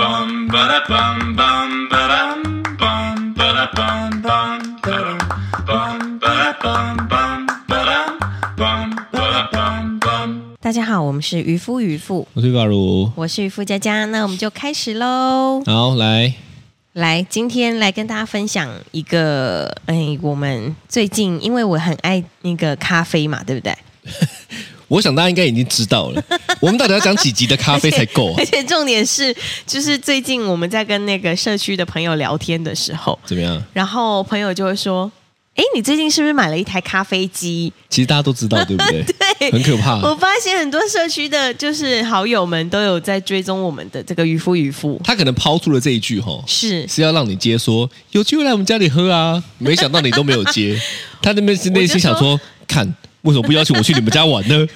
bum ba da bum bum ba dum bum ba da bum bum ba dum bum ba da bum bum ba dum bum ba da bum bum. 大家好，我们是渔夫渔妇，我是法如。我是渔夫佳佳，那我们就开始喽。好，来，来，今天来跟大家分享一个，哎，我们最近因为我很爱那个咖啡嘛，对不对？我想大家应该已经知道 了，我们到底要讲几集的咖啡才够啊而？且重点是，就是最近我们在跟那个社区的朋友聊天的时候，怎么样？然后朋友就会说：“哎，你最近是不是买了一台咖啡机其实大家都知道，对不对？ 对很可？”怕。我发现很多社区的，就是好友们都有在追踪我们的这个渔夫渔夫，他可能抛出了这一句吼，是是要让你接说有机会来我们家里喝啊，没想到你都没有 接。他那边是内心想说，看为什么不邀请我去你们家玩 呢？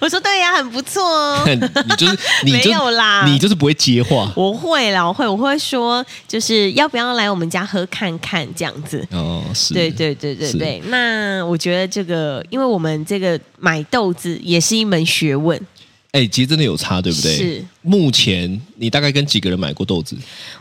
我说对呀、很不错哦。 看你就是你没就有啦你就是不会接话我会啦，我会，我会说，就是要不要来我们家喝看看这样子。哦，是对对对对是对，那我觉得这个，因为我们这个买豆子也是一门学问，哎、其实真的有差，对不对？是。目前你大概跟几个人买过豆子？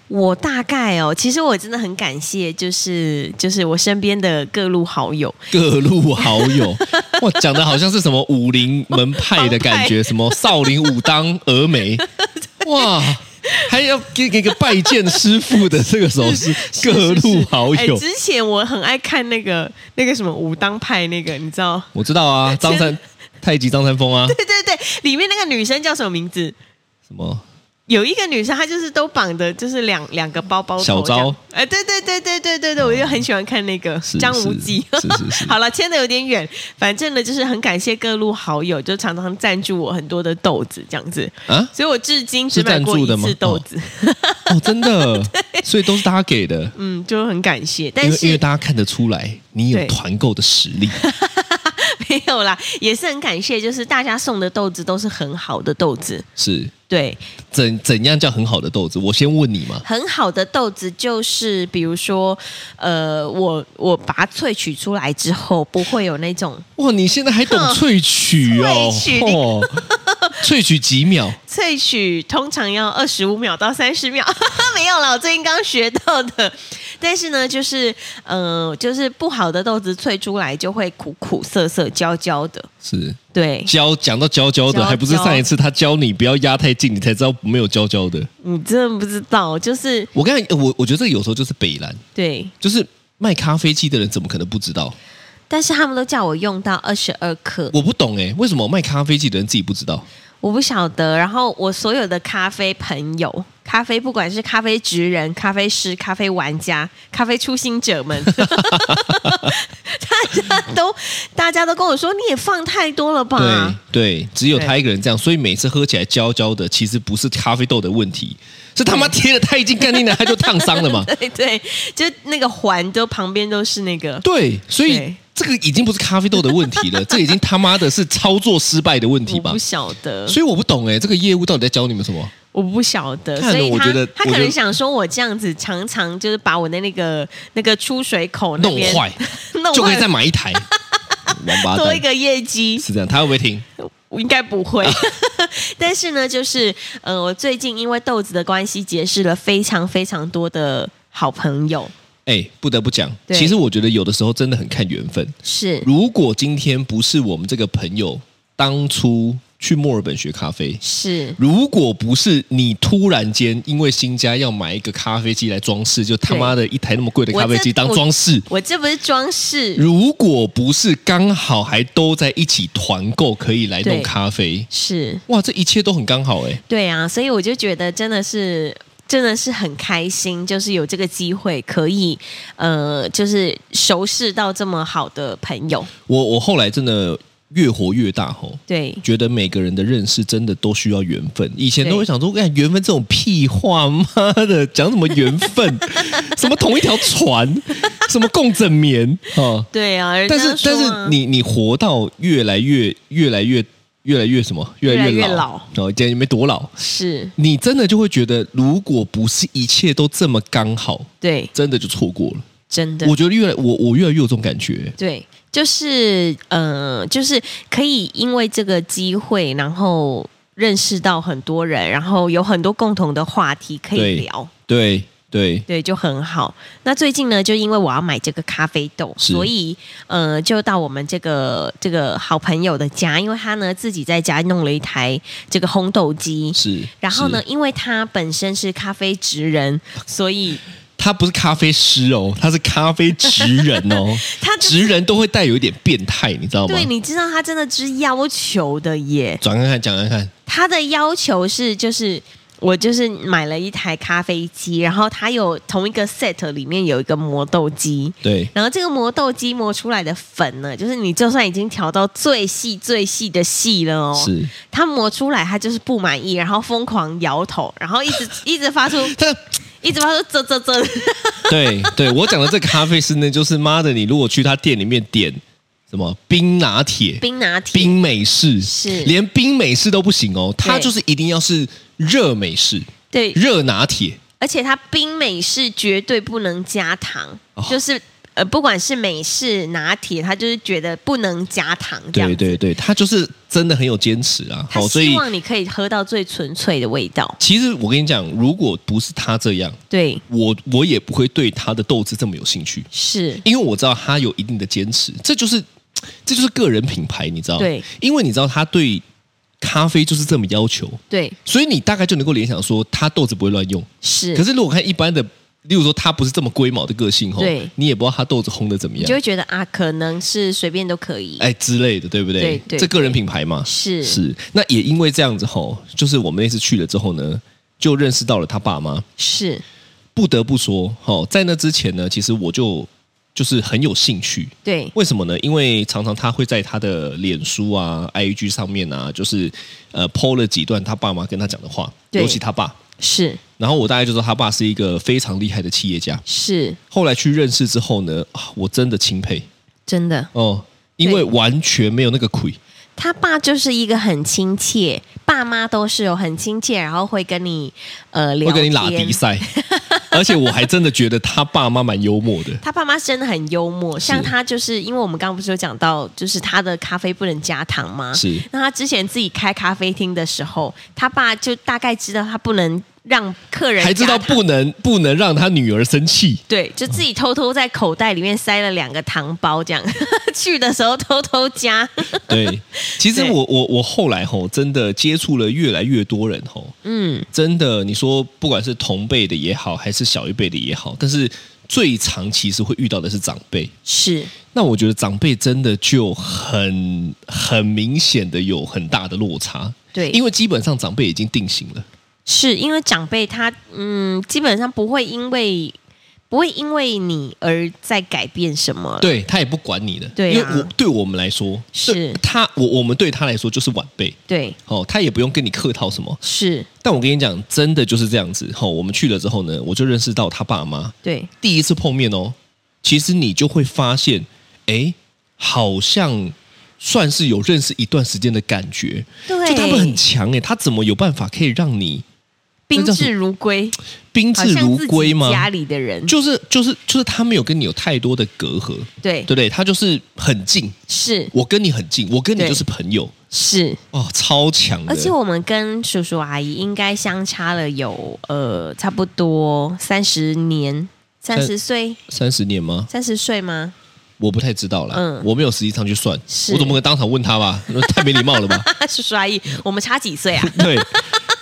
我大概哦，其实我真的很感谢，就是就是我身边的各路好友，各路好 友，哇，讲的好像是什么武林门派的感觉，什么少林、武当、峨眉，哇，还要给给个拜见师傅的这个手势，各路好哎，友。之前我很爱看那个那个什么武当派那个，你知道？我知道啊，张三太极张三丰啊，哎对对对，里面那个女生叫什么名字？什么有一个女生，她就是都绑的，就是两两个包包头小这样昭。哎、对对对对对对对，我就很喜欢看那个是张无忌。是是是 好了，牵的有点远，反正呢，就是很感谢各路好友，就常常赞助我很多的豆子这样子，啊？所以我至今只是买赞过助一的吗次豆哦子，哦，真的，所以都是大家给的，嗯，就很感谢。但因为因为是大家看得出来你对有团购的实力， 没有啦，也是很感谢，就是大家送的豆子都是很好的豆子，是对，怎怎样叫很好的豆子？我先问你嘛，很好的豆子就是，比如说，呃，我我把它萃取出来之后，不会有那种哇，你现在还懂萃取哦？萃取哦， 萃取几秒？萃取通常要二十五秒到三十秒， 没有啦，我最近刚学到的。但是呢，就是呃，就是不好的豆子萃出来就会苦苦涩涩、焦焦的，是对，教讲到焦焦的，焦还不是上一次他教你不要压太近，你才知道没有焦焦的。你真的不知道，就是我刚才呃我我觉得这有时候就是北蓝，对。就是卖咖啡机的人怎么可能不知道？但是他们都叫我用到二十二克，我不懂哎，为什么卖咖啡机的人自己不知道？我不晓得。然后我所有的咖啡朋友，咖啡不管是咖啡职人、咖啡师、咖啡玩家、咖啡初心者 们，大家都大家都跟我说，你也放太多了吧？对对，只有对他一个人这样，所以每次喝起来焦焦的，其实不是咖啡豆的问题，是他妈贴的太近，干你娘，他就烫伤 了嘛。对对，就那个环都旁边都是那个，对，所以对这个已经不是咖啡豆的问题 了，这已经他妈的是操作失败的问题我吧不？晓得，所以我不懂哎、这个业务到底在教你们什么？我不晓得，看了所以我他觉得他可我觉能得想说我这样子常常就是把我的那个那个出水口那弄边 坏弄就可以坏再买 一台，王八多蛋一个业绩，是这样，他会不会听？我应该不会。 但是呢，就是呃，我最近因为豆子的关系，结识了非常非常多的好朋友。哎，不得不讲，对其实我觉得有的时候真的很看缘分。是如果今天不是我们这个朋友当初去墨尔本学咖啡，是，如果不是你突然间因为新家要买一个咖啡机来装饰，就他妈的一台那么贵的我咖啡这机当我装饰，我这不是装饰，如果不是刚好还都在一起团购，可以来对弄咖啡，是哇，这一切都很刚好哎、对啊，所以我就觉得真的是。真的是很开心，就是有这个机会可以，呃，就是熟识到这么好的朋友。我我后来真的越活越大吼，对，觉得每个人的认识真的都需要缘分。以前对都会想说，哎，缘分这种屁话，妈的， 讲什么缘 分？什么同一条船，什么共 枕眠啊？对啊。人家但是说但啊是你你活到越来越越来越越来越什么？越越来越老哦，今天没多老。是你真的就会觉得，如果不是一切都这么刚好，对，真的就错过了。真的。我觉得越来我我越来越有这种感觉，对，就是呃，就是可以因为这个机会，然后认识到很多人，然后有很多共同的话题可以对聊。对对，对，就很好。那最近呢，就因为我要买这个咖啡豆，是所以呃，就到我们这个这个好朋友的家，因为他呢自己在家弄了一台这个烘豆机。是。然后呢是，，因为他本身是咖啡职人，所以他不是咖啡师哦，他是咖啡职人 哦，他就是职人都会带有一点变态，你知道吗对，？你知道他真的是要求的耶。转看看，讲看看，他的要求是，就是我就是买了一台咖啡机，然后它有同一个 set 里面有一个磨豆机，对然后这个磨豆机磨出来的粉呢，就是你就算已经调到最细最细的细了哦，是。它磨出来它就是不满意，然后疯狂摇头，然后一直一直发出但一直发出啧啧啧，对对，我讲的这个咖啡师呢，就是妈的，你如果去他店里面点什么冰拿铁、冰拿铁 冰美式，是连冰美式都不行哦，他对就是一定要是热美式、对，热拿铁。而且它冰美式绝对不能加糖，哦就是呃不管是美式拿铁，他就是觉得不能加糖这样对子。对对，他就是真的很有坚持啊。他好，所希以望你可以喝到最纯粹的味道，其实我跟你讲，如果不是他这样，对，我我也不会对他的豆子这么有兴趣，是因为我知道他有一定的坚持，这就是这就是个人品牌，你知道？对，因为你知道他对咖啡就是这么要求，对，所以你大概就能够联想说他豆子不会乱用。是。可是如果看一般的，例如说他不是这么龟毛的个性吼对，你也不知道他豆子烘的怎么你就样，会觉得啊，可能是随便都可以，哎之类的，对不对？对对这个人品牌嘛，是是。那也因为这样子吼，就是我们那次去了之后呢，就认识到了他爸妈。是，不得不说，吼，在那之前呢，其实我就就是很有兴趣，对，为什么呢？因为常常他会在他的脸书啊、IG 上面啊，就是呃 PO 了几段他爸妈跟他讲的话，对尤其他爸。是然后我大概就知道他爸是一个非常厉害的企业家。是，后来去认识之后呢，啊、我真的钦佩真的。哦，因为完全没有那个亏。他爸就是一个很亲切，爸妈都是有很亲切，然后会跟你呃聊会天，跟你拉迪赛， 而且我还真的觉得他爸妈蛮幽默的。他爸妈真的很幽默，像他就是因为我们刚刚不是有讲到，就是他的咖啡不能加糖吗？是那他之前自己开咖啡厅的时候，他爸就大概知道他不能让客人还知道加糖不能不能让他女儿生 气，对，就自己偷偷在口袋里面塞了两个糖包，这样 去的时候偷偷加。对，其实对我我我后来吼，真的接触了越来越多人吼，嗯，真的，你说不管是同辈的也好，还是小一辈的也好，但是最常其实会遇到的是长辈。是那我觉得长辈真的就很很明显的有很大的落差，对，因为基本上长辈已经定型了，是因为长辈他嗯，基本上不会因为不会因为你而在改变什么了。对他也不管你了，对啊因为我对我们来说是对他，我我们对他来说就是晚辈。对，哦，他也不用跟你客套什么，是，但我跟你讲，真的就是这样子。吼、我们去了之后呢，我就认识到他爸妈，对，第一次碰面哦，其实你就会发现，哎，好像算是有认识一段时间的感觉。对就他们很强哎，他怎么有办法可以让你宾那叫什至么如归，宾好至像如自己归家吗？里的人，就是就是就是他没有跟你有太多的隔阂，对对，不对？他就是很近，是我跟你很近，我跟你对就是朋友是。哦，超强的。而且我们跟叔叔阿姨应该相差了有呃差不多三十年，三十岁，三十年吗？三十岁吗？ 我不太知道啦，嗯我没有实际上去算，是我总不能当场问 他吧？太没礼貌了吧？叔叔阿姨，我们差几岁 啊？对，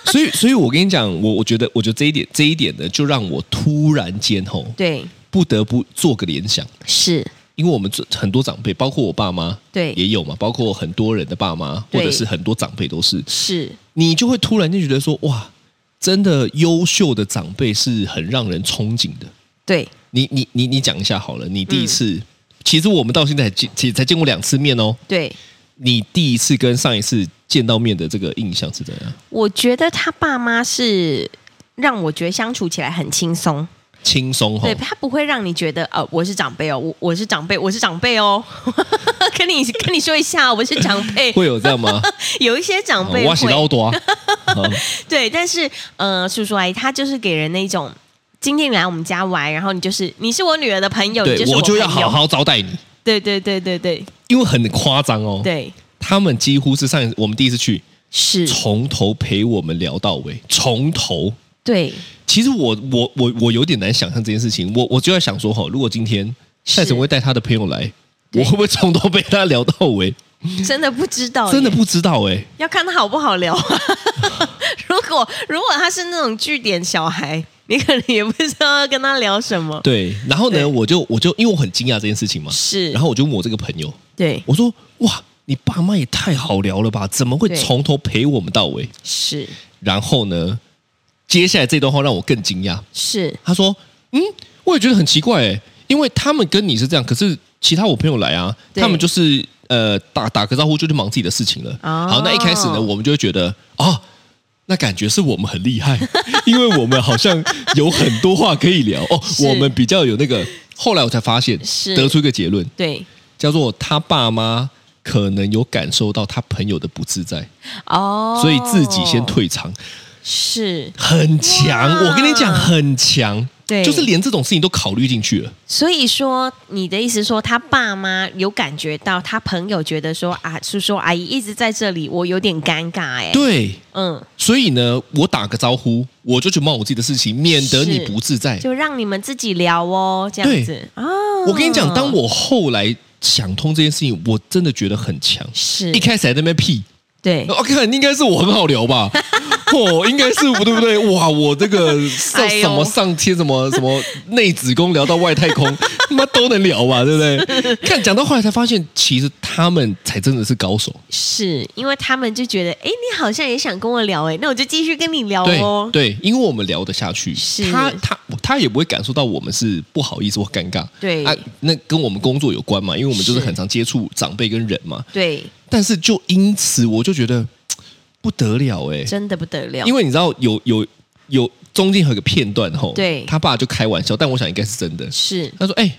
所以，所以我跟你讲，我我觉得，我觉得这一点，这一点呢，就让我突然间吼，对，不得不做个联想，是，因为我们这很多长辈，包括我爸妈，对也有嘛，包括很多人的爸妈，或对者是很多长辈都是，是，你就会突然间觉得说，哇，真的优秀的长辈是很让人憧憬的。对，你你你你讲一下好了，你嗯第一次，其实我们到现在才才才见过两次面哦，对。你第一次跟上一次见到面的这个印象是怎样？我觉得他爸妈是让我觉得相处起来很轻松，轻松吼对。他不会让你觉得呃我是长辈哦，我我是长辈，我是长辈哦， 跟你跟你说一下，我是长辈，会有这 样吗？有一些长辈我是会老 大，哦对，但是呃叔叔阿姨他就是给人那种。今天你来我们家玩，然后你就是你是我女儿的朋友，你对是我我就要朋友好。好招待你，对对对对对因为很夸张哦。对他们几乎是上一我们第一次去，是从头陪我们聊到尾，从头。对，其实我我我我有点难想象这件事情，我我就在想说哈，如果今天是赛神会带他的朋友来，对我会不会从头被他聊到尾？真的不知道耶，真的不知道哎、要看他好不好聊 啊。如果如果他是那种据点小孩，你可能也不知道要跟他聊什么。对，然后对呢，我就我就因为我很惊讶这件事情嘛，是，然后我就问我这个朋友，对我说哇，你爸妈也太好聊了吧？怎么会对从头陪我们到尾？是然后呢，接下来这段话让我更惊讶，是他说嗯，我也觉得很奇怪哎，因为他们跟你是这样，可是其他我朋友来啊，对他们就是呃打打个招呼就去忙自己的事情了。哦好，那一开始呢，我们就会觉得哦。那感觉是我们很厉害， 因为我们好像有很多话可以聊哦。是我们比较有那个，后来我才发现，是得出一个结论，对叫做他爸妈可能有感受到他朋友的不自在，哦，所以自己先退场，是，很强。哇我跟你讲，很强，对就是连这种事情都考虑进去了。所以说你的意思说他爸妈有感觉到他朋友觉得说啊叔叔阿姨一直在这里，我有点尴尬哎、对，嗯，所以呢，我打个招呼，我就去忙我自己的事情，免得是你不自在。就让你们自己聊哦，这样对子啊。我跟你讲，当我后来想通这件事情，我真的觉得很强。是一开始还在那边屁，对我、看应该是我很好聊 吧。哦，应该是我对不对？哇，我这个上、哎呦什么上天什么什么内子宫聊到外太 空，他妈都能聊吧，对不对？看讲到后来才发现，其实他们才真的是高手。是因为他们就觉得，哎，你好像也想跟我聊，哎，那我就继续跟你聊哦。对对，因为我们聊得下去是，他他他也不会感受到我们是不好意思或尴尬。对啊，那跟我们工作有关嘛，因为我们就是是很常接触长辈跟人嘛。对但是就因此，我就觉得不得了哎、真的不得了。因为为你知道有有有中间有个片段吼，对他爸就开玩笑，但我想应该是真的。是他说：“哎、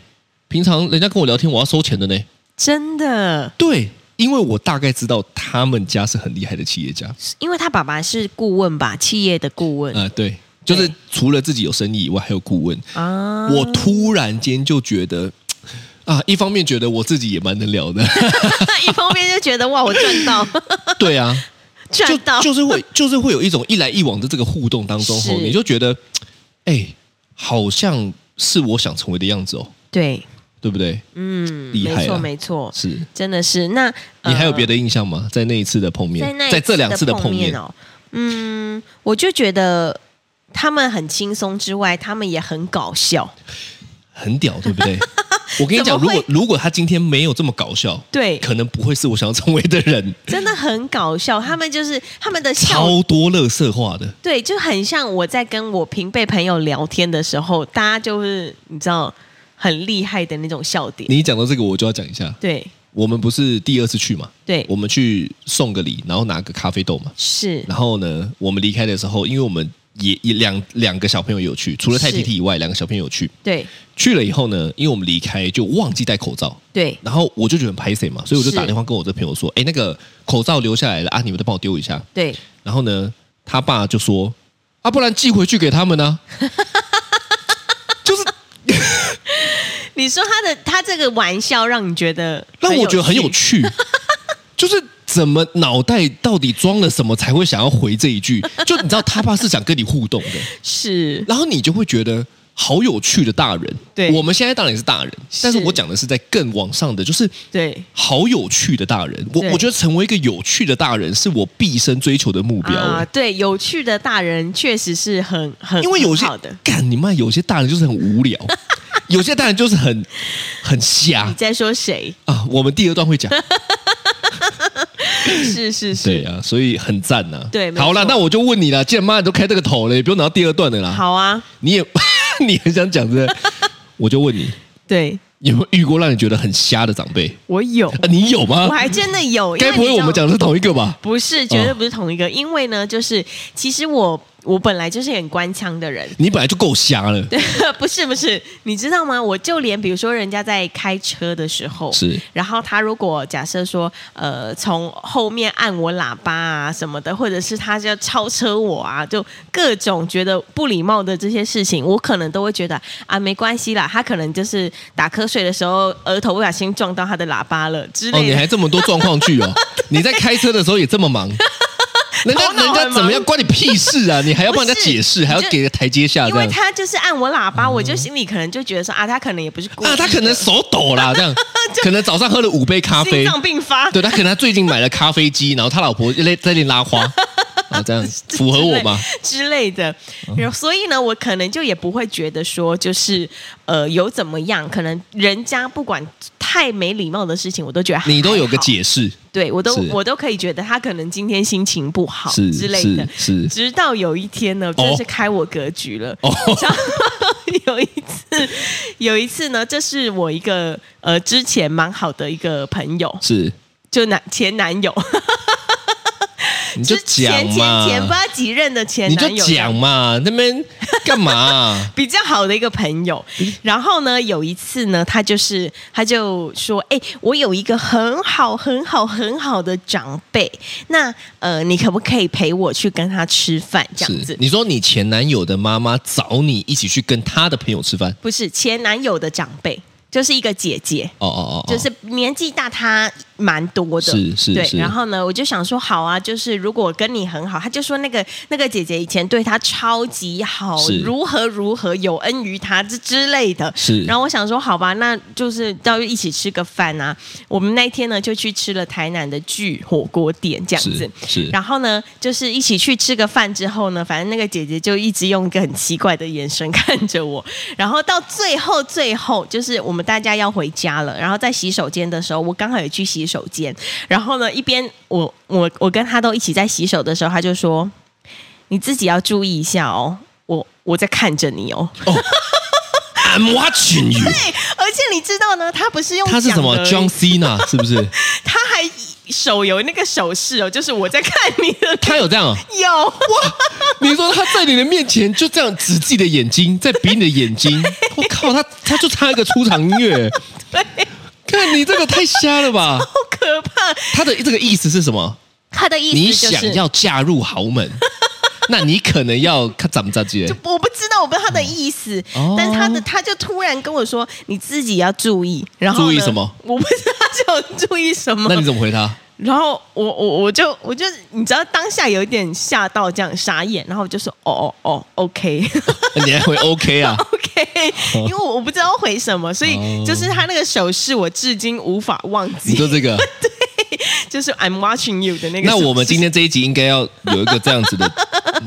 平常人家跟我聊天，我要收钱的呢。真的”，对，因为我大概知道他们家是很厉害的企业家啊、因为他爸爸是顾问吧，企业的顾问对，就是对除了自己有生意以外，还有顾问。啊。我突然间就觉得。啊，一方面觉得我自己也蛮能聊的， 一方面就觉得哇，我赚到对啊， 就 赚到，就是会就是会有一种一来一往的这个互 动当中，是吼，你就觉得，哎，好像是我想成为的样子哦，对，对不对？嗯，厉害没错啊没错，是真的是。那你还有别的的印象吗？在那一次的碰面呃在，那一这两次的碰面，哦？嗯，我就觉得他们很轻松之外，他们也很搞笑。很屌，对不 对？我跟你讲，怎么如会果如果他今天没有这么搞笑，对，可能不会是我想要成为的人，真的很搞笑，他们就是他们的笑超多乐色化的，对，就很像我在跟我平辈朋友聊天的时候，大家就是你知道很厉害的那种笑点。你讲到这个，我就要讲一下。对我们不是第二次去嘛？对我们去送个礼，然后拿个咖啡豆嘛。是然后呢，我们离开的时候，因为我们也也两两个小朋友有去，除了泰是 T T 以外，两个小朋友有去。对去了以后呢，因为我们离开就忘记戴口罩，对然后我就觉得很拍谁嘛，所以我就是打电话跟我这朋友说：“哎，那个口罩留下来了啊，你们再帮我丢一下。对，”然后呢，他爸就说：“啊，不然寄回去给他们呢、 就是你说他的他这个玩笑让你觉得让我觉得很有趣，趣， 就是怎么脑袋到底装了什么才会想要回这一句？就你知道他爸是想跟你互动 的，是然后你就会觉得好有趣的大人。对我们现在当然也是大人，但是是我讲的是在更往上的，就是对好有趣的大人。我对我觉得成为一个有趣的大人是我毕生追求的目标。欸啊，对，有趣的大人确实是很很因为有些很好的。干你妈，有些大人就是很无聊，有些大人就是很很你瞎在说 谁？啊。我们第二段会讲，是是对是，啊，所以很赞呐、啊对没错好啦，那我就问你啦，既然妈你都开这个头了，也不用拿到第二段的啦。，好啊，你也 你很想讲的，我就问你，对有没有遇过让你觉得很瞎的长辈？我有，啊，你有我吗？还真的有。因为该不会你知我们道讲的是哦同一个吧？不是，绝对不是同一个。因为呢，就是其实我我本来就是很官腔的人， 你本来就够瞎了，不是不是，你知道吗？我就连比如说人家在开车的时候，是然后他如果假设说呃从后面按我喇叭啊什么的，或者是他就超车我啊，就各种觉得不礼貌的这些事情，我可能都会觉得啊没关系啦，他可能就是打瞌睡的时候额头不小心撞到他的喇叭了之哦，类你的。 还这么多状况剧哦，你在开车的时候也这么忙，人家头脑很人忙家怎么样关你屁事啊？你还要帮人家不是解释，还要 你就给个台阶下因这为样哦他就是按我喇叭，我就心里可能就觉得说啊，他可能也不是故意的啊？他可能手抖 啦，这样可能早上喝了五杯咖心啡，脏病发， 对他可能他最近买了咖 啡机，然后他老婆在在那拉花啊，这样 符合我吗？ 之类的，然后所以呢，我可能就也不会觉得说，就是呃，有怎么样，可能人家不管太没礼貌的事情，我都觉得还你都有个好，解释，对我都是我都可以觉得他可能今天心情不好是哦之类的。是哦是直到有一天呢，真的是开我格局了。 哦，然后有一次，有一次呢，这是我一个呃之前蛮好的一个朋友，是就男前男友，你就 之讲前前嘛，前不知道几任的前你男就友，？讲嘛，那边干嘛啊比较好的一个朋友。然后呢，有一次呢，他就是他就说：“哎、我有一个很好、很好、很好的长辈，那呃，你可不可以陪我去跟他吃饭？ 这样是子，你说你前男友的妈妈找你一起去跟他的朋友吃饭？不是前男友的长辈，就是一个姐姐。”哦哦哦，哦就是年纪大他蛮多的，是是对是。然后呢，我就想说，好啊，就是如果跟你很好，他就说那个那个姐姐以前对他超级好是，如何如何有恩于他之之类的。是然后我想说，好吧，那就是到一起吃个饭啊。我们那一天呢，就去吃了台南的聚火锅店，这样子是。是，然后呢，就是一起去吃个饭之后呢，反正那个姐姐就一直用一个很奇怪的眼神看着我。 然后到最后，最后就是我们大家要回家了，然后在洗手间的时候，我刚好也去洗手间。然后呢，一边我我我跟她都一起在洗手的时候，她就说：“你自己要注意一下哦，我我在看着你 哦。 I'm watching you，” 而且你知道呢，她不是用他是讲什么的 John Cena 是不是？她还手有那个手势哦，就是我在看你的他有这样哦、 有。你说他在你的面前就这样指自己的眼睛，在比你的 眼睛，我靠，他他就差一个出场音乐。看你这个太瞎了吧！好可怕！他的这个意思是什么？他的意你思就是，想要嫁入豪 门，那你可能要看怎么着急就。我不知道，我不知道他的意思，哦但是他的他就突然跟我说：“你自己要注意。”然后呢注意什么？我不知道他叫我注意什么那。你怎么回他？然后我我我就我就你知道当下有点吓到这样傻眼，然后我就说：“哦哦哦，OK 你还回 OK 啊？ OK。”因为我我不知道回什么，所以哦就是他那个手势我至今无法忘你说记，这个？就是 I'm watching you 的那个手那势。我们今天这一集应该要有一个这样子的，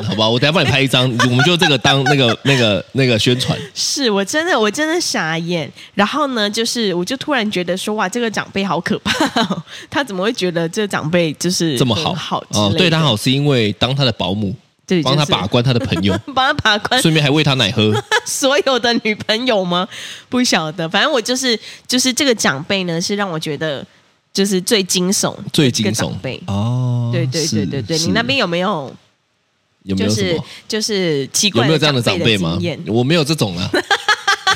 好吧？我等一下帮你拍一张，我们就这个当那个那个那个宣传。是我真的我真的傻眼，然后呢，就是我就突然觉得说，哇，这个长辈好可怕、哦，他怎么会觉得这长辈就是这么很好，好之类哦的，对他，好是因为当他的保姆，对，帮他把，关他的朋友， 帮他把关 顺便还喂他 奶喝。所有的女朋友吗？不晓得，反正我就是就是这个长辈呢，是让我觉得就是最惊悚，最惊这个 悚长辈哦，对对对是对对，是你那边有没有有没就有什是么？就是奇有怪没有这样的长长辈吗经验？ 我没有这种啦，啊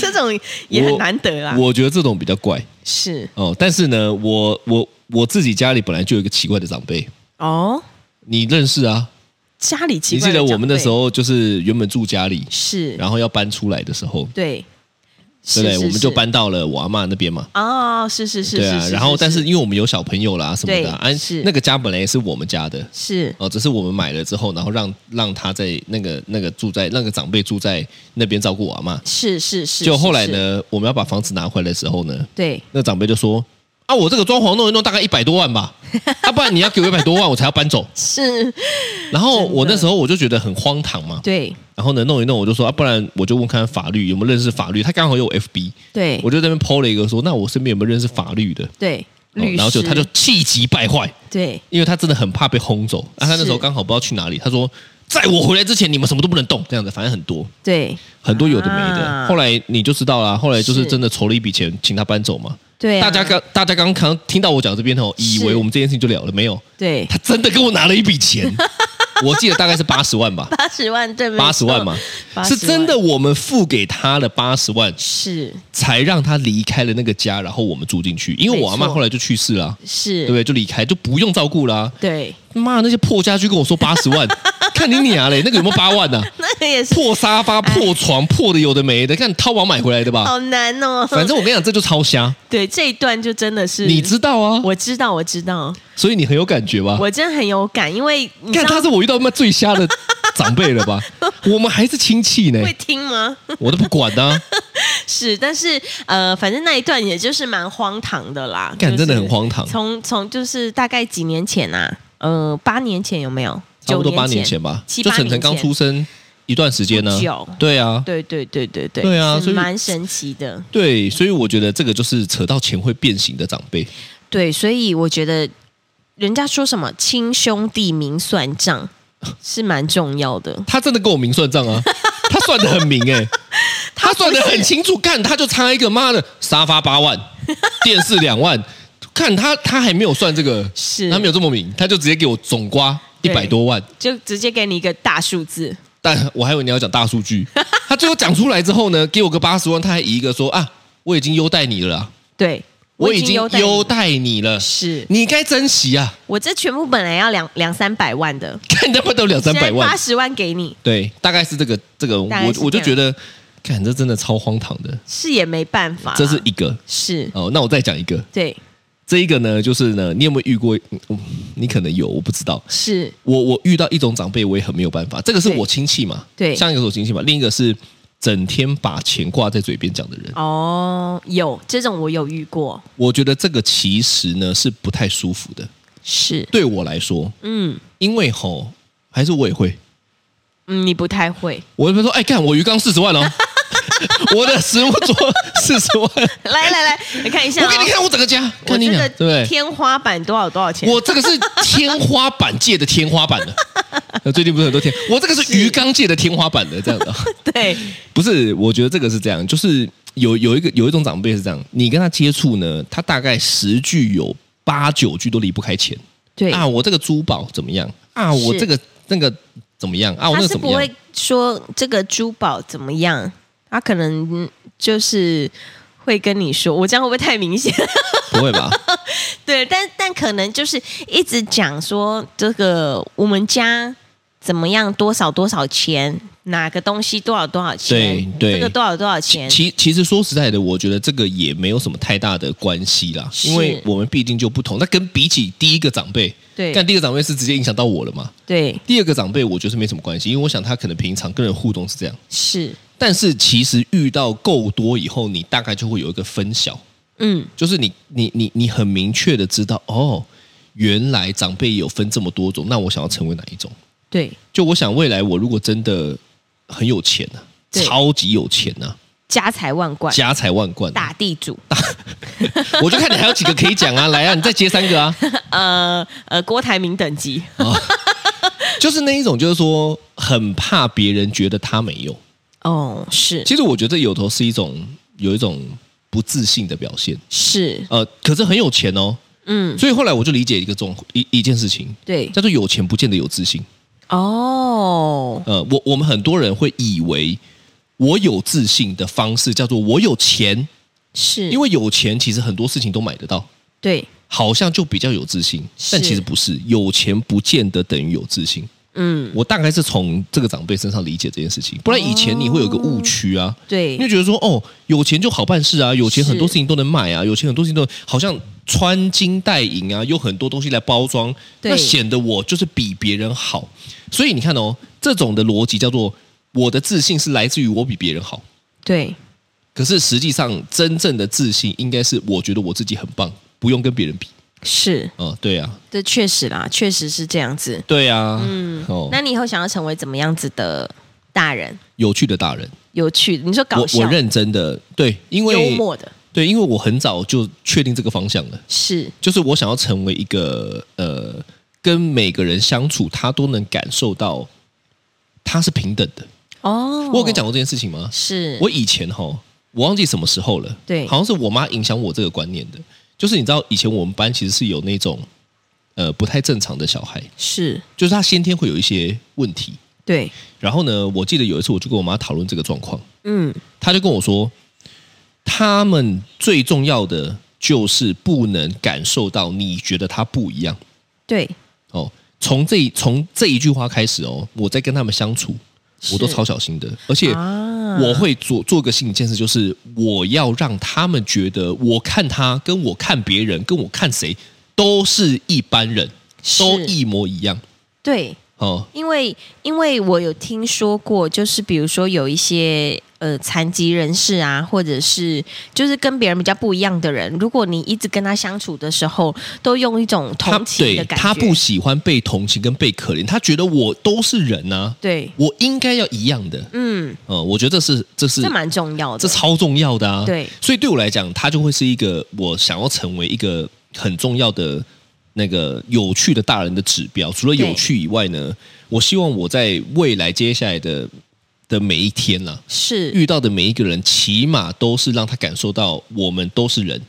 这种也很我难得啦，我觉得这种比较怪是哦。但是呢，我我我自己家里本来就有一个奇怪的长辈，哦，你认识啊？家里奇你怪记的长得辈，我们那时候就是原本住家里，是，然后要搬出来的时候，对，对是不是对？我们就是搬到了我阿妈那边嘛。哦，是是是，对啊是，是然后但是是因为我们有小朋友啦什么的啊，对啊是那个家本来也是我们家的是哦，只是我们买了之后，然后让让他在那个那个住在那个长辈住在那边照顾我阿妈。是是是，就后来是，呢，我们要把房子拿回来的时候呢，对，那长辈就说：“啊，我这个装潢弄一弄大概一百多万吧，啊，不然你要给我一百多万，我才要搬走。 是，”然后我真的那时候我就觉得很荒唐嘛，对然后呢弄一弄，我就说啊，不然我就问看看法律有没有认识法律，他刚好有 FB，对我就在那边 PO 了一个说，那我身边有没有认识法律的？对，哦律师，然后就他就气急败坏，对因为他真的很怕被轰走。啊，他那时候是刚好不知道去哪里，他说：“在我回来之前，你们什么都不能动。”这样子，反正很多对很多有的没的。啊后来你就知道啦，后来就是是真的筹了一笔钱，请他搬走嘛。对啊，大家刚大家刚刚听到我讲这边哦，以为是我们这件事情就了了，没有，对他真的跟我拿了一笔 钱，我记得大概是八十万吧，八十万对没错八十万嘛， 80是真的，我们付给他了八十万，是才让他离开了那个家，然后我们住进去，因为我阿没妈错后来就去世了啊、是，对不对？就离开，就不用照顾啦、对妈，那些破家具跟我说八十万，看你娘嘞，那个有没有八万呐、 那个也是破沙发、破床、破的有的没的，看淘宝买回来的吧。好难哦。啊反正我跟你讲，这就超瞎，对这一段就真的是你知道啊，我知道，我知道，所以你很有感觉吧？我真的很有感，因为你知看他道是我遇到他妈最瞎的长辈了 吧？我们还是亲戚呢，会听吗？我都不管呐、 啊，是，但是呃，反正那一段也就是蛮荒唐的啦，干就是真的很荒唐从从就是大概几年前啊，呃，八年前有没有？差不多九八年前吧，七就八晨晨年刚前出生一段时间呢不久。对啊，对对对对对，对啊是所以蛮神奇的。对，所以我觉得这个就是扯到钱会变形的长辈。对，所以我觉得人家说什么亲兄弟明算 账是蛮重要的。他真的跟我明算 账啊，他算的很明哎、他算的很清楚，干他就差一个妈的沙发八 万，电视两万，看他他还没有算这个，是他没有这么明，他就直接给我总刮一对百多万，就直接给你一个大数字，但我还以为你要讲大数 据，他最后讲出来之后呢，给我个八十万，他还以一个说啊，我已经优待你了啊，对我已已经经优待你优待你了，是你该珍惜啊，我这全部本来要两两三百万的，看他妈都两三百万八，十万给你对，大概是这个这个，大概我是我就这觉样得，看这真的超荒唐的，是也没办法啦，这是一个是哦。那我再讲一个，对这一个呢，就是呢，你有没有遇过？嗯嗯你可能有，我不知道。是我我遇到一种长辈，我也很没有办法。这个是对我亲戚嘛，对像一个是我亲戚嘛，另一个是整天把钱挂在嘴边讲的人。哦，有这种我有遇过，我觉得这个其实呢是不太舒服的，是对我来说，嗯因为吼，还是我也会，嗯，你不太会，我就说，哎，看我鱼缸四十万 哦，我的食物桌四十万，来来来，你看一下、哦，我给你看我整个家，我看你这俩，个对不对？天花板多少多少钱？我这个是天花板界的天 花板了。呃最近不是很多天，我这个是鱼缸界的天花板的这样 的，对不是？我觉得这个是这样，就是有有一个有一种长辈是这样，你跟他接触呢，他大概十句有八九句都离不开钱对，啊，我这个珠宝怎么样啊，我是这个那个怎么样啊，我他那个是怎么不样会？说这个珠宝怎么样，他可能就是会跟你说，我这样会不会太明显？ 不 会吧？对，但但可能就是一直讲说这个我们家怎么样，多少多少钱，哪个东西多少多少钱，对对这个多少多少钱，其其实说实在的，我觉得这个也没有什么太大的关系啦，是因为我们毕竟就不同。那跟比起第一个长辈，对但第一个长辈是直接影响到我了嘛？对，第二个长辈，我觉得是没什么关系，因为我想他可能平常跟人互动是这样，是，但是其实遇到够多以后，你大概就会有一个分晓，嗯，就是你你你你很明确的知道，哦，原来长辈有分这么多种，那我想要成为哪一种？对，就我想未来我如果真的很有钱啊，对哎超级有钱啊，家财万贯，家财万贯、啊大地主，我就看你还有几个可以讲啊，来啊，你再接三个啊，呃呃，郭台铭等级，就是那一种，就是说很怕别人觉得他没有。哦，是其实我觉得有头是一种有一种不自信的表现，是，呃，可是很有钱哦，嗯，所以后来我就理解一个重一一件事情，对，叫做有钱不见得有自信。哦，呃，我我们很多人会以为我有自信的方式叫做我有钱，是，因为为有钱其实很多事情都买得到，对，好像就比较有自信，但是其实不是，有钱不见得等于有自信。嗯，我大概是从这个长辈身上理解这件事情，不然以前你会有个误区啊，你会对，觉得说哦，有钱就好办事啊，有钱是很多事情都能买啊，有钱很多事情都好像穿金戴银啊，有很多东西来包装，对那显得我就是比别人好。所以你看哦，这种的逻辑叫做我的自信是来自于我比别人好，对，可是实际上真正的自信应该是我觉得我自己很棒，不用跟别人比。是，哦，对啊，这确实啦，确实是这样子。对啊，嗯嗯，哦，那你以后想要成为怎么样子的大人？有趣的大人，有趣，你说搞我笑、我认真的，对，因幽为默的，对，因为我很早就确定这个方向了，是就是我想要成为一个呃，跟每个人相处，他都能感受到他是平等的。哦。我有跟你讲，过这件事情吗？是我以前哈，我忘记什么时候了，对好像是我妈影响我这个观念的。就是你知道，以前我们班其实是有那种呃不太正常的小孩，是，就是他先天会有一些问题。对，然后呢，我记得有一次我就跟我妈讨论这个状况，嗯，他就跟我说，他们最重要的就是不能感受到你觉得他不一样对，哦。从这一从这一句话开始哦，我在跟他们相处，我都是超小心的，而且啊我会做做个心理建设，就是我要让他们觉得，我看他跟我看别人跟我看谁都是一般人，是都一模一样对，哦。因为因为我有听说过，就是比如说有一些呃残疾人士啊，或者是就是跟别人比较不一样的人，如果你一直跟他相处的时候，都用一种他同情对的感觉，他不喜欢被同情跟被可怜，他觉得我都是人呐、对，我应该要一样的。嗯，嗯，我觉得这是这是这蛮重要的，这超重要的啊。对所以对我来讲，它就会是一个我想要成为一个很重要的那个有趣的大人的指标。除了有趣以外呢，我希望我在未来接下来的的每一天呢、是遇到的每一个人，起码都是让他感受到我们都是人。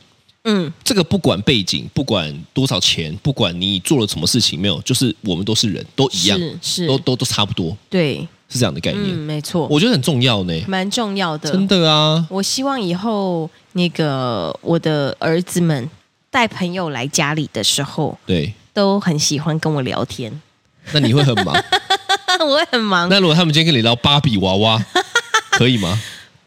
嗯这个不管背景，不管多少钱，不管你做了什么事情，没有，就是我们都是人，都一样，是是都都都差不多，对，是这样的概念。嗯，没错，我觉得很重要呢，蛮重要的，真的啊。我希望以后那个我的儿子们带朋友来家里的时候，对，都很喜欢跟我聊天。那你会很忙。我也很忙，那如果他们今天跟你聊芭比娃娃， 可以吗？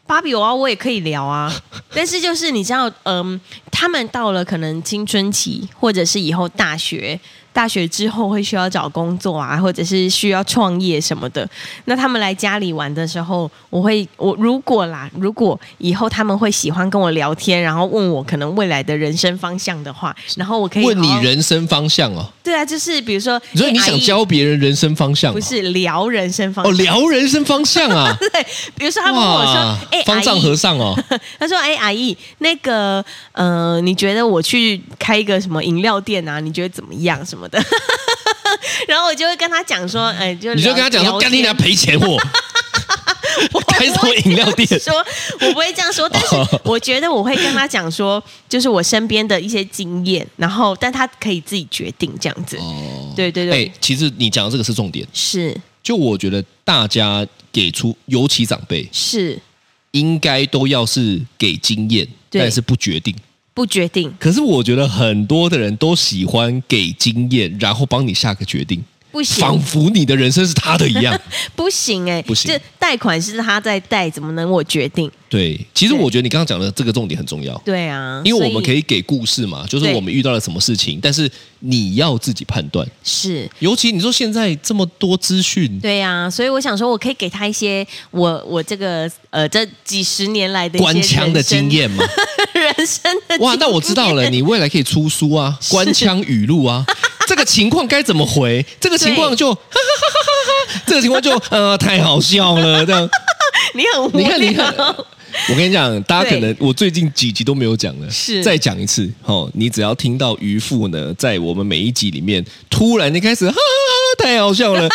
芭比娃娃我也可以聊啊， 但是就是你知道，嗯，他们到了可能青春期，或者是以后大学，大学之后会需要找工作啊，或者是需要创业什么的。那他们来家里玩的时候，我会我如果啦，如果以后他们会喜欢跟我聊天，然后问我可能未来的人生方向的话，然后我可以问你好好人生方向哦，对啊，就是比如说，所以你哎想阿姨教别人人生方向、哦？不是聊人生方哦， 聊人生方向啊！比如 说他问我说：“哎、方丈阿姨和尚哦，他说：“哎、阿姨，那个，呃，你觉得我去开一个什么饮料店啊？你觉得怎么样什么的？” 然后我就会跟他讲说：“哎、就 你就跟他讲说，聊干你娘天赔钱 我，开什么饮料店？说我不会这样 说，但是我觉得我会跟他讲说，就是我身边的一些经验，然后但他可以自己决定这样子。哦，对对哎、对，其实你讲的这个是重点，是就我觉得大家给出，尤其长辈，是应该都要是给经验，对但是不决定。不决定，可是我觉得很多的人都喜欢给经验，然后帮你下个决定。不行，仿佛你的人生是他的一样。不行哎、不行这贷款是他在贷，怎么能我决定？对，其实我觉得你刚刚讲的这个重点很重要，对啊，因为我们可以以给故事嘛，就是对我们遇到了什么事情，但是你要自己判断。是。尤其你说现在这么多资讯，对呀、所以我想说，我可以给他一些我我这个呃这几十年来的一些官腔的经验嘛，人生，人生的哇，那我知道了，你未来可以出书啊，官腔语录啊。这个情况该怎么回？这个情况就，哈哈哈哈哈哈这个情况就，呃，太好笑了。这样， 你 很无你聊，看，你看， 我跟你讲，大家可能我最近几集都没有讲了，是再讲一次哦。你只要听到渔父呢，在我们每一集里面突然的开始，哈哈哈哈太好笑 了。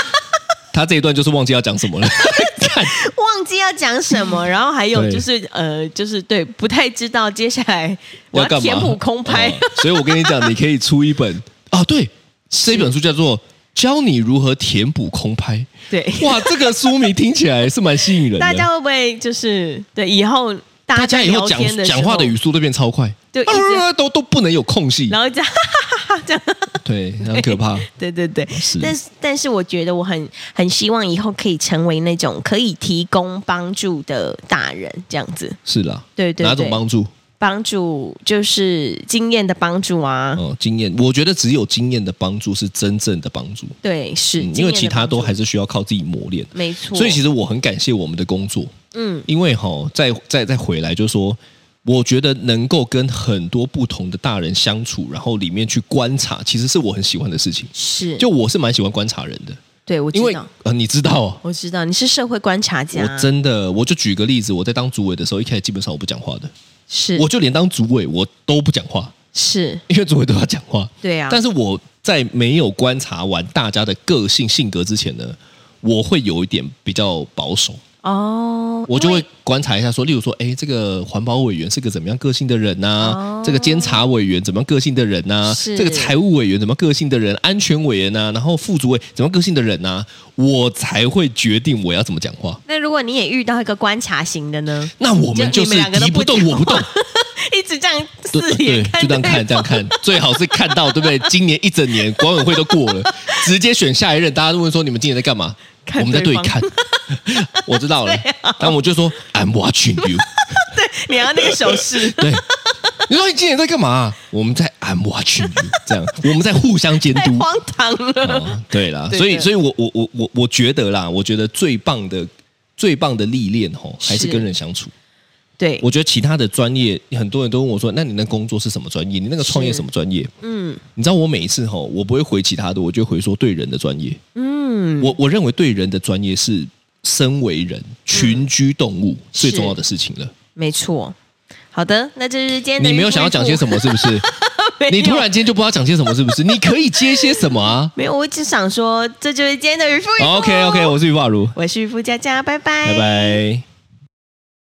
他这一段就是忘记要讲什么了， 看忘记要讲什么，然后还有对就是呃就是对不太知道接下来我干嘛？填补空哦拍，哦所以我跟你讲，你可以出 一本啊，对，这本书叫做《教你如何填补空拍》。 对，哇，这个书名听起来是蛮吸引人的。大家会不会就是对以后大大家以后聊讲天的时讲候话的语速都变超快，对一直啊都都不能有空隙。然后这样 这样。对，很可怕。对对对，是但是但是我觉得我很很希望以后可以成为那种可以提供帮助的大人，这样子是啦，对对哪种对帮助？帮助就是经验的帮助啊，哦，经验，我觉得只有经验的帮助是真正的帮助，对是，嗯经因为验的其他帮助都还是需要靠自己磨练。没错，所以其实实我很感谢我们的工作，嗯因为哈、再再再回来，就是说，我觉得能够跟很多不同的大人相处，然后里面去观察，其实是我很喜欢的事情。是，就我是蛮喜欢观察人的，对我知因为道，呃，你知道、哦，我知道你是社会观察家，我真的，我就举个例子，我在当主委的时候，一开始基本上我不讲话的，是我就连当主委我都不讲话，是因为主委都要讲话。对啊，但是我在没有观察完大家的个性性格之前呢，我会有一点比较保守，哦，我就因会为观察一下说，例如说，哎，这个环保委员是个怎么样个性的人呐、哦这个监察委员怎么样个性的人呐、是这个财务委员怎么样个性的人？啊安全委员呐、然后副主委怎么样个性的人呐、我才会决定我要怎么讲话。那如果你也遇到一个观察型的呢，那我们就就你是们两个都敌不不动讲我不动， 一直这样对四对，眼就这样看，这方样 看，最好是看到对不对？今年一整年管委会都过了，直接选下一任，大家都问说你们今年在干嘛？看我们在对对方看， 我知道了对啊，但我就说 I'm watching you。，你要那个手势对，你说你今年在干嘛、我们在 I'm watching you，这样我们在互相监太督。荒唐了。哦，对啦，对所以对所以我我我我我觉得啦，我觉得最棒的最棒的历练吼，还是是跟人相处。对，我觉得其他的专业，很多人都问我说：“那你那工作是什么专业？你那个创业是什么专业？”嗯你知道我每一次吼，我不会回其他的，我就回说对人的专业。嗯，我我认为对人的专业是身为人群居动物最是哎重要的事情了。没错。好的，那这是今天的你没有想要讲些什么？么，是不是？ 没有你突然间就不知道讲些什么，是不是？你可以接些什么啊没有，我只想说，这就是今天的渔夫渔夫。 ？OK OK，我是于化如，我是渔夫佳佳，拜拜，拜拜。